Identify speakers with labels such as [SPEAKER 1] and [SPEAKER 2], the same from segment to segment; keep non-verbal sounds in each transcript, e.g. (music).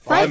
[SPEAKER 1] Five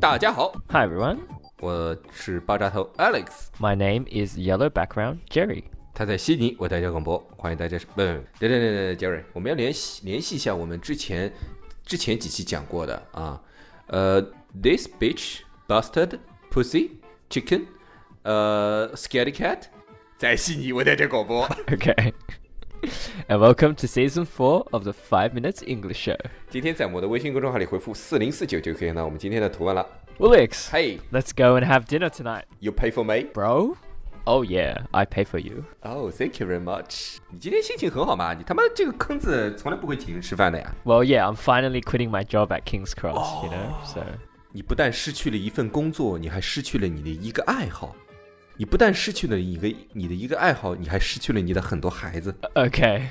[SPEAKER 2] 大家好，
[SPEAKER 3] Hi everyone,
[SPEAKER 2] 我是爆炸头 Alex，
[SPEAKER 3] my name is Yellow Background Jerry. (laughs)
[SPEAKER 2] 他在悉尼为大家广播，欢迎大家收。不、嗯，等等等等杰瑞，我们要联系联系一下我们之前之前几期讲过的啊，呃，this bitch bastard pussy chicken，呃，scaredy cat，在悉尼为大家广播。
[SPEAKER 3] Okay. and welcome to season four of the Five Minutes English Show.
[SPEAKER 2] 今天在我们的微信公众号里回复四零四九就可以看到我们今天的图文了。
[SPEAKER 3] Woolix,
[SPEAKER 2] Hey,
[SPEAKER 3] let's go and have dinner tonight,
[SPEAKER 2] you pay for me?
[SPEAKER 3] bro. Oh yeah, I pay for you.
[SPEAKER 2] Oh, thank you very much. 你今天心情很好吗？你他妈这个坑子从来不会请人吃饭的呀！
[SPEAKER 3] Well, yeah, I'm finally quitting my job at King's Cross. You know, so
[SPEAKER 2] 你不但失去了一份工作，你还失去了你的一个爱好。你不但失去了一个你的一个爱好，你还失去了你的很多孩子。
[SPEAKER 3] okay.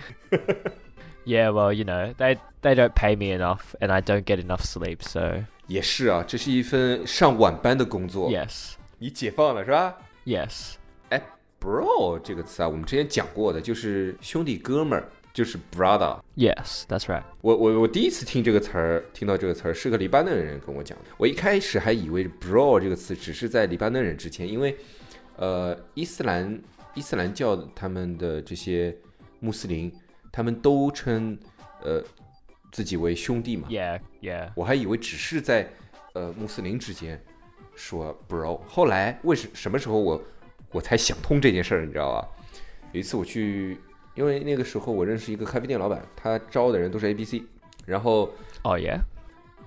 [SPEAKER 3] yeah, well, you know, they they don't pay me enough, and I don't get enough sleep. So
[SPEAKER 2] 也是啊，这是一份上晚班的工作。
[SPEAKER 3] yes,
[SPEAKER 2] 你解放了是吧？
[SPEAKER 3] yes,
[SPEAKER 2] 哎，bro 这个词啊，我们之前讲过的，就是兄弟哥们儿，就是 brother。
[SPEAKER 3] yes. That's right.
[SPEAKER 2] 我我我第一次听这个词儿，听到这个词儿是个黎巴嫩人跟我讲的。我一开始还以为 bro 这个词只是在黎巴嫩人之前，因为呃，伊斯兰伊斯兰教他们的这些穆斯林，他们都称呃自己为兄弟嘛。
[SPEAKER 3] Yeah, yeah.
[SPEAKER 2] 我还以为只是在呃穆斯林之间说 bro，后来为什什么时候我我才想通这件事儿，你知道吧？有一次我去，因为那个时候我认识一个咖啡店老板，他招的人都是 A B C，然后
[SPEAKER 3] Oh yeah.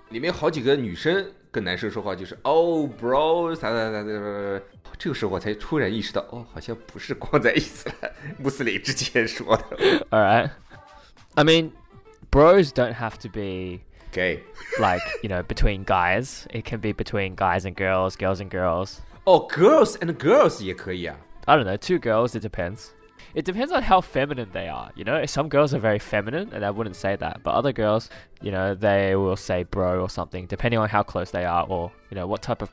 [SPEAKER 2] 里面好几个女生跟男生说话就是哦 bro 啥啥啥啥啥啥啥，这个时候我才突然意识到，哦，好像不是光在伊斯兰穆斯林之间说的
[SPEAKER 3] All right. I mean, bros don't have to be
[SPEAKER 2] ，gay。
[SPEAKER 3] like you know between guys. It can be between guys and girls, girls and girls.
[SPEAKER 2] 哦，girls and girls 也可以啊。
[SPEAKER 3] I don't know, two girls. It depends. It depends on how feminine they are. You know, some girls are very feminine, and I wouldn't say that. But other girls, you know, they will say bro or something, depending on how close they are, or you know what type of.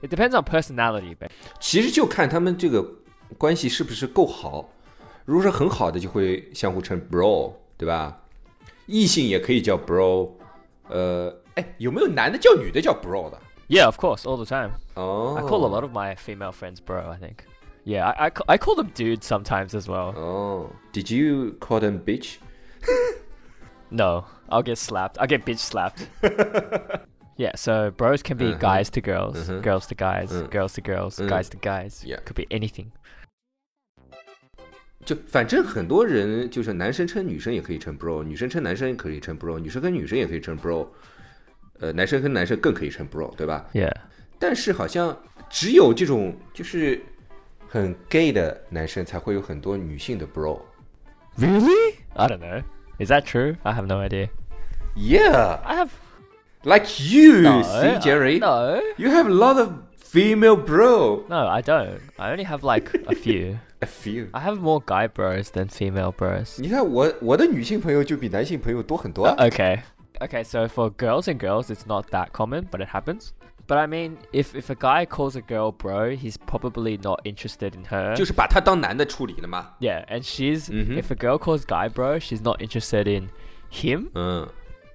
[SPEAKER 3] It depends on personality. But
[SPEAKER 2] 其实就看他们这个关系是不是够好。如果是很好的，就会相互称 bro，对吧？异性也可以叫 bro。呃，哎，有没有男的叫女的叫 bro 的？
[SPEAKER 3] yeah, of course, all the time.
[SPEAKER 2] 哦
[SPEAKER 3] I call a lot of my female friends bro. I think. Yeah, I I, ca- I call them dude sometimes as well.
[SPEAKER 2] 哦，Did you call them bitch？ (laughs)
[SPEAKER 3] No, I'll get slapped. I'll get bitch slapped. yeah, so bros can be
[SPEAKER 2] Mm-hmm.
[SPEAKER 3] guys to girls, girls to guys, girls to girls, guys to guys.
[SPEAKER 2] Mm. Yeah.
[SPEAKER 3] Could be anything.
[SPEAKER 2] 就反正很多人就是男生称女生也可以称 bro，女生称男生也可以称 bro，女生跟女生也可以称 bro，呃，男生跟男生更可以称 bro，对吧？
[SPEAKER 3] Yeah.
[SPEAKER 2] 但是好像只有这种就是很 gay 的男生才会有很多女性的 bro。
[SPEAKER 3] Really? I don't know. Is that true? I have no idea.
[SPEAKER 2] Yeah,
[SPEAKER 3] I have
[SPEAKER 2] like you,
[SPEAKER 3] no.
[SPEAKER 2] see, Jerry,
[SPEAKER 3] I, no.
[SPEAKER 2] you have a lot of female bro.
[SPEAKER 3] No, I don't. I only have like
[SPEAKER 2] (laughs)
[SPEAKER 3] a few.
[SPEAKER 2] A few.
[SPEAKER 3] I have more guy bros than female bros.
[SPEAKER 2] 你看我我的女性朋友就比男性朋友多很多啊。
[SPEAKER 3] Okay. Okay, so for girls and girls, it's not that common, but it happens. But I mean, if, if a guy calls a girl bro, he's probably not interested in her.
[SPEAKER 2] 就是把他当男的处理了嘛。
[SPEAKER 3] Yeah, and she's
[SPEAKER 2] Mhm.
[SPEAKER 3] if a girl calls guy bro, she's not interested in him.
[SPEAKER 2] 嗯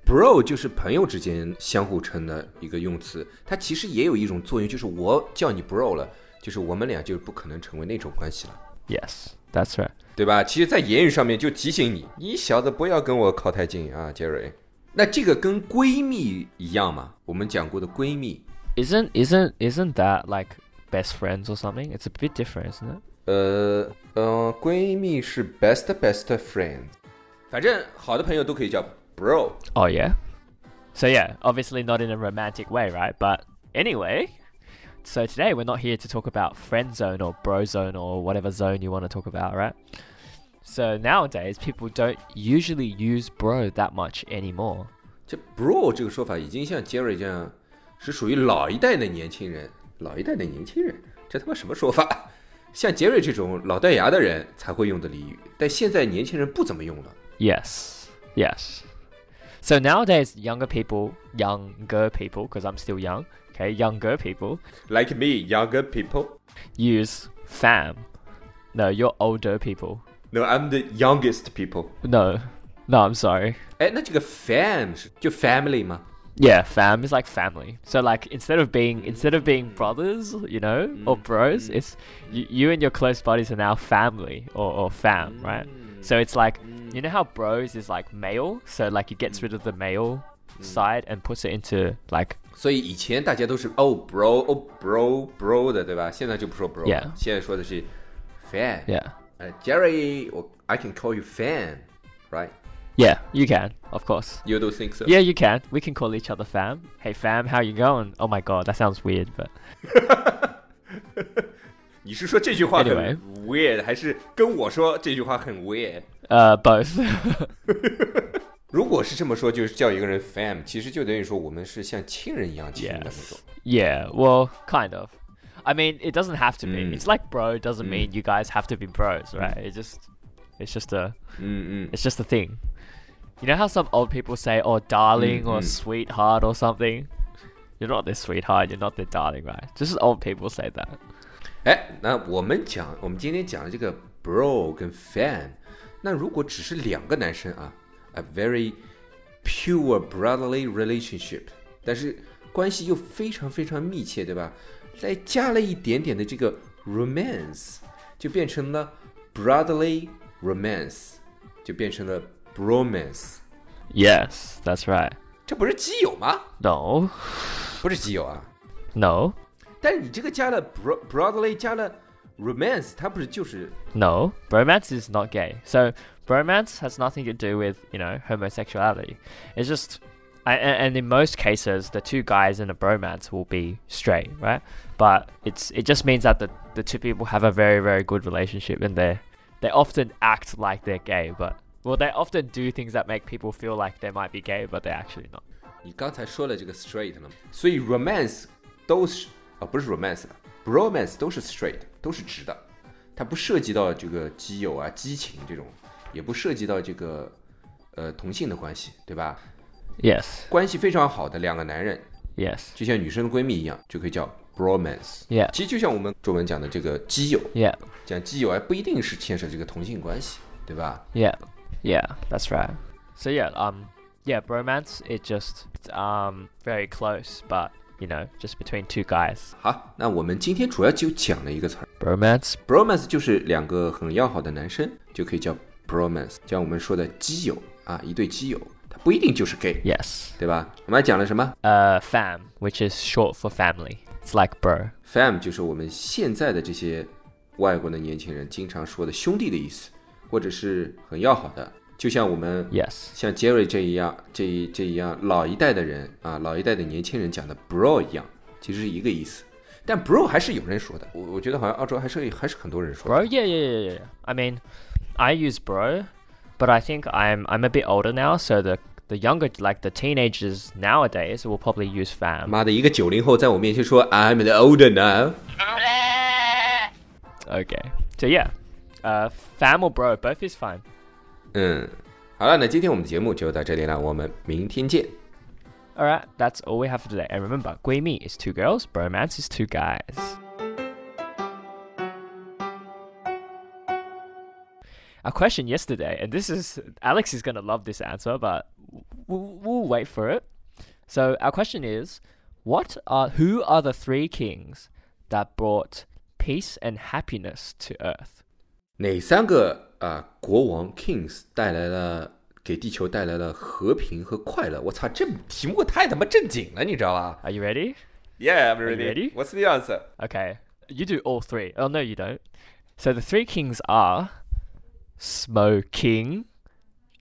[SPEAKER 2] ，bro 就是朋友之间相互称的一个用词，它其实也有一种作用，就是我叫你 bro 了，就是我们俩就不可能成为那种关系了。
[SPEAKER 3] Yes, that's right.
[SPEAKER 2] 对吧？其实，在言语上面就提醒你，你小子不要跟我靠太近啊，杰瑞。那这个跟闺蜜一样吗？我们讲过的闺蜜，
[SPEAKER 3] Isn't isn't isn't that like best friends or something? It's a bit different, isn't it?
[SPEAKER 2] 呃呃，闺蜜是 best best friend，反正好的朋友都可以叫 bro。
[SPEAKER 3] Oh yeah. So yeah, obviously not in a romantic way, right? But anyway, so today we're not here to talk about friend zone or bro zone or whatever zone you want to talk about, right? So nowadays people don't usually use bro that much anymore.
[SPEAKER 2] 这 bro 这个说法已经像杰瑞这样是属于老一代的年轻人，老一代的年轻人，这他妈什么说法？像杰瑞这种老带牙的人才会用的俚语，但现在年轻人不怎么用了。
[SPEAKER 3] Yes. Yes. So nowadays, younger people, younger people, because I'm still young, okay, younger people
[SPEAKER 2] Like me, younger people.
[SPEAKER 3] use fam. No, you're older people.
[SPEAKER 2] No, I'm the youngest people.
[SPEAKER 3] No, no, I'm sorry.
[SPEAKER 2] 哎，那这个 fam 是就 family 吗？
[SPEAKER 3] Yeah, fam is like family. So like instead of being instead of being brothers, you know, or bros, it's you, you and your close buddies are now family or, or fam, right? So it's like you know how bros is like male, so like it gets rid of the male side and puts it into like
[SPEAKER 2] 所以以前大家都是哦 bro 哦 bro bro 的，对吧？现在就不说 bro，
[SPEAKER 3] Yeah
[SPEAKER 2] 了现在说的是 fan。
[SPEAKER 3] yeah.
[SPEAKER 2] 呃，Jerry，我 I can call you fan，right？You
[SPEAKER 3] Yeah, you can, of course.
[SPEAKER 2] don't think so？
[SPEAKER 3] Yeah, you can. We can call each other fam. Hey fam, how you going? Oh my god, that sounds weird, but
[SPEAKER 2] 你是说这句话很
[SPEAKER 3] Anyway
[SPEAKER 2] weird，还是跟我说这句话很 weird？
[SPEAKER 3] uh both. (laughs)
[SPEAKER 2] 如果是这么说，就是叫一个人 fam，其实就等于说我们是像亲人一样亲的那种。
[SPEAKER 3] Yeah, well, kind of. I mean, it doesn't have to be.
[SPEAKER 2] Mm.
[SPEAKER 3] It's like bro doesn't
[SPEAKER 2] Mm.
[SPEAKER 3] mean you guys have to be bros, right? It just it's just a
[SPEAKER 2] 嗯嗯
[SPEAKER 3] it's just a thing. You know how some old people say, "Oh, darling,"
[SPEAKER 2] Mm,
[SPEAKER 3] or
[SPEAKER 2] mm.
[SPEAKER 3] "sweetheart" or something. You're not their sweetheart. You're not their darling, right? Just as old people say that.
[SPEAKER 2] 哎，那我们讲，我们今天讲的这个 bro 跟 fan，那如果只是两个男生啊，a very pure brotherly relationship，但是关系又非常非常密切，对吧？再加了一点点的这个 romance，就变成了 brotherly romance，就变成了 bromance，
[SPEAKER 3] Yes, that's right.
[SPEAKER 2] 这不是基友吗？
[SPEAKER 3] No,
[SPEAKER 2] 不是基友啊，
[SPEAKER 3] no,
[SPEAKER 2] 但是你这个加了 bro brotherly 加了 romance，它不是就是
[SPEAKER 3] no. Bromance is not gay. So bromance has nothing to do with you know homosexuality. It's just, I, a- and in most cases, the two guys in a bromance will be straight, right? But it's it just means that the the two people have a very very good relationship and they they often act like they're gay, but well, they often do things that make people feel like they might be gay, but they're actually not.
[SPEAKER 2] 你刚才说了这个 straight 了，所以 romance 都是啊，不是 romance 了，bromance 都是 straight，都是直的，它不涉及到这个基友啊、激情这种，也不涉及到这个呃同性的关系，对吧？
[SPEAKER 3] Yes,
[SPEAKER 2] 关系非常好的两个男人，
[SPEAKER 3] yes,
[SPEAKER 2] 就像女生的闺蜜一样，就可以叫 bromance。
[SPEAKER 3] yeah,
[SPEAKER 2] 其实就像我们中文讲的这个基友，
[SPEAKER 3] yeah,
[SPEAKER 2] 讲基友还不一定是牵扯这个同性关系，对吧？
[SPEAKER 3] Yeah, yeah, that's right. So yeah, um, yeah, bromance. It just it's, um very close, but you know, just between two guys.
[SPEAKER 2] 好，那我们今天主要就讲了一个词儿。
[SPEAKER 3] Bromance.
[SPEAKER 2] bromance 就是两个很要好的男生就可以叫 bromance，像我们说的基友啊，一对基友，他不一定就是 gay，
[SPEAKER 3] Yes.
[SPEAKER 2] 对吧？我们还讲了什么
[SPEAKER 3] Uh, fam, which is short for family. It's like bro.
[SPEAKER 2] ？fam 就是我们现在的这些外国的年轻人经常说的兄弟的意思，或者是很要好的，就像我们
[SPEAKER 3] Yes.
[SPEAKER 2] 像 Jerry 这一样，这一这一样老一代的人啊，老一代的年轻人讲的 bro 一样，其实是一个意思。但 bro 还是有人说的，我我觉得好像澳洲还是还是很多人说的
[SPEAKER 3] Bro. Yeah, yeah, yeah, yeah. yeah. I mean, I use bro, but I think I'm I'm a bit older now, so the the younger like the teenagers nowadays will probably use fam.
[SPEAKER 2] 妈的，一个九零后在我面前说 I'm the older now，
[SPEAKER 3] Okay. So yeah, uh, fam or bro, both is fine.
[SPEAKER 2] 嗯，好了，那今天我们的节目就到这里了，我们明天见。
[SPEAKER 3] All right, that's all we have for today. And remember, Guimi is two girls, bromance is two guys. A question yesterday, and this is Alex is going to love this answer, but we'll, we'll wait for it. So our question is, what are who are the three kings that brought peace and happiness to Earth?
[SPEAKER 2] 哪三个啊、国王 kings 带来了给地球带来了和平和快乐？我操，这题目太他妈正经了，你知道吧
[SPEAKER 3] Are you ready?
[SPEAKER 2] ？Yeah, I'm
[SPEAKER 3] you ready?
[SPEAKER 2] What's the answer?
[SPEAKER 3] Okay. You do all three. Oh, no, you don't. So the three kings are smoking,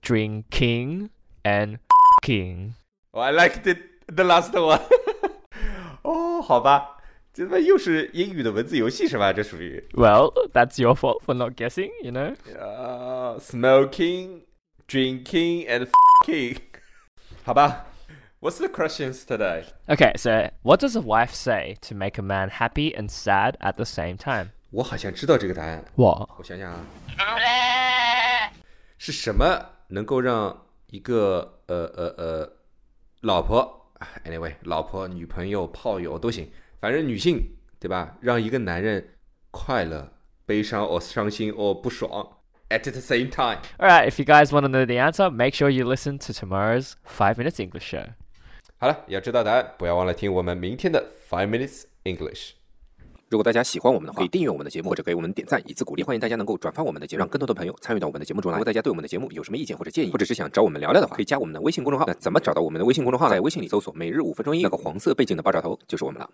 [SPEAKER 3] drinking, and king.
[SPEAKER 2] Oh, I like the the last one. (laughs) 哦，好吧，这他妈又是英语的文字游戏是吧？这属于
[SPEAKER 3] Well, that's your fault for not guessing, you know?
[SPEAKER 2] 呃、smoking, drinking and (laughs) f***ing，好吧， What's the questions today?
[SPEAKER 3] Okay, so what does a wife say to make a man happy and sad at the same time?
[SPEAKER 2] 我好像知道这个答案，
[SPEAKER 3] What?
[SPEAKER 2] 我想想啊，是什么能够让一个呃呃呃老婆啊，anyway，老婆、女朋友、炮友都行，反正女性对吧？让一个男人快乐、悲伤或伤心或不爽，at the same time。
[SPEAKER 3] All right, if you guys want to know the answer, make sure you listen to tomorrow's 5 Minutes English show.
[SPEAKER 2] 好了，也要知道答案，不要忘了听我们明天的 Five Minutes English。
[SPEAKER 4] 如果大家喜欢我们的话，可以订阅我们的节目，或者给我们点赞以资鼓励。欢迎大家能够转发我们的节目，让更多的朋友参与到我们的节目中来。如果大家对我们的节目有什么意见或者建议，或者是想找我们聊聊的话，可以加我们的微信公众号。那怎么找到我们的微信公众号呢？在微信里搜索“每日五分钟英语”，那个黄色背景的爆炸头就是我们了。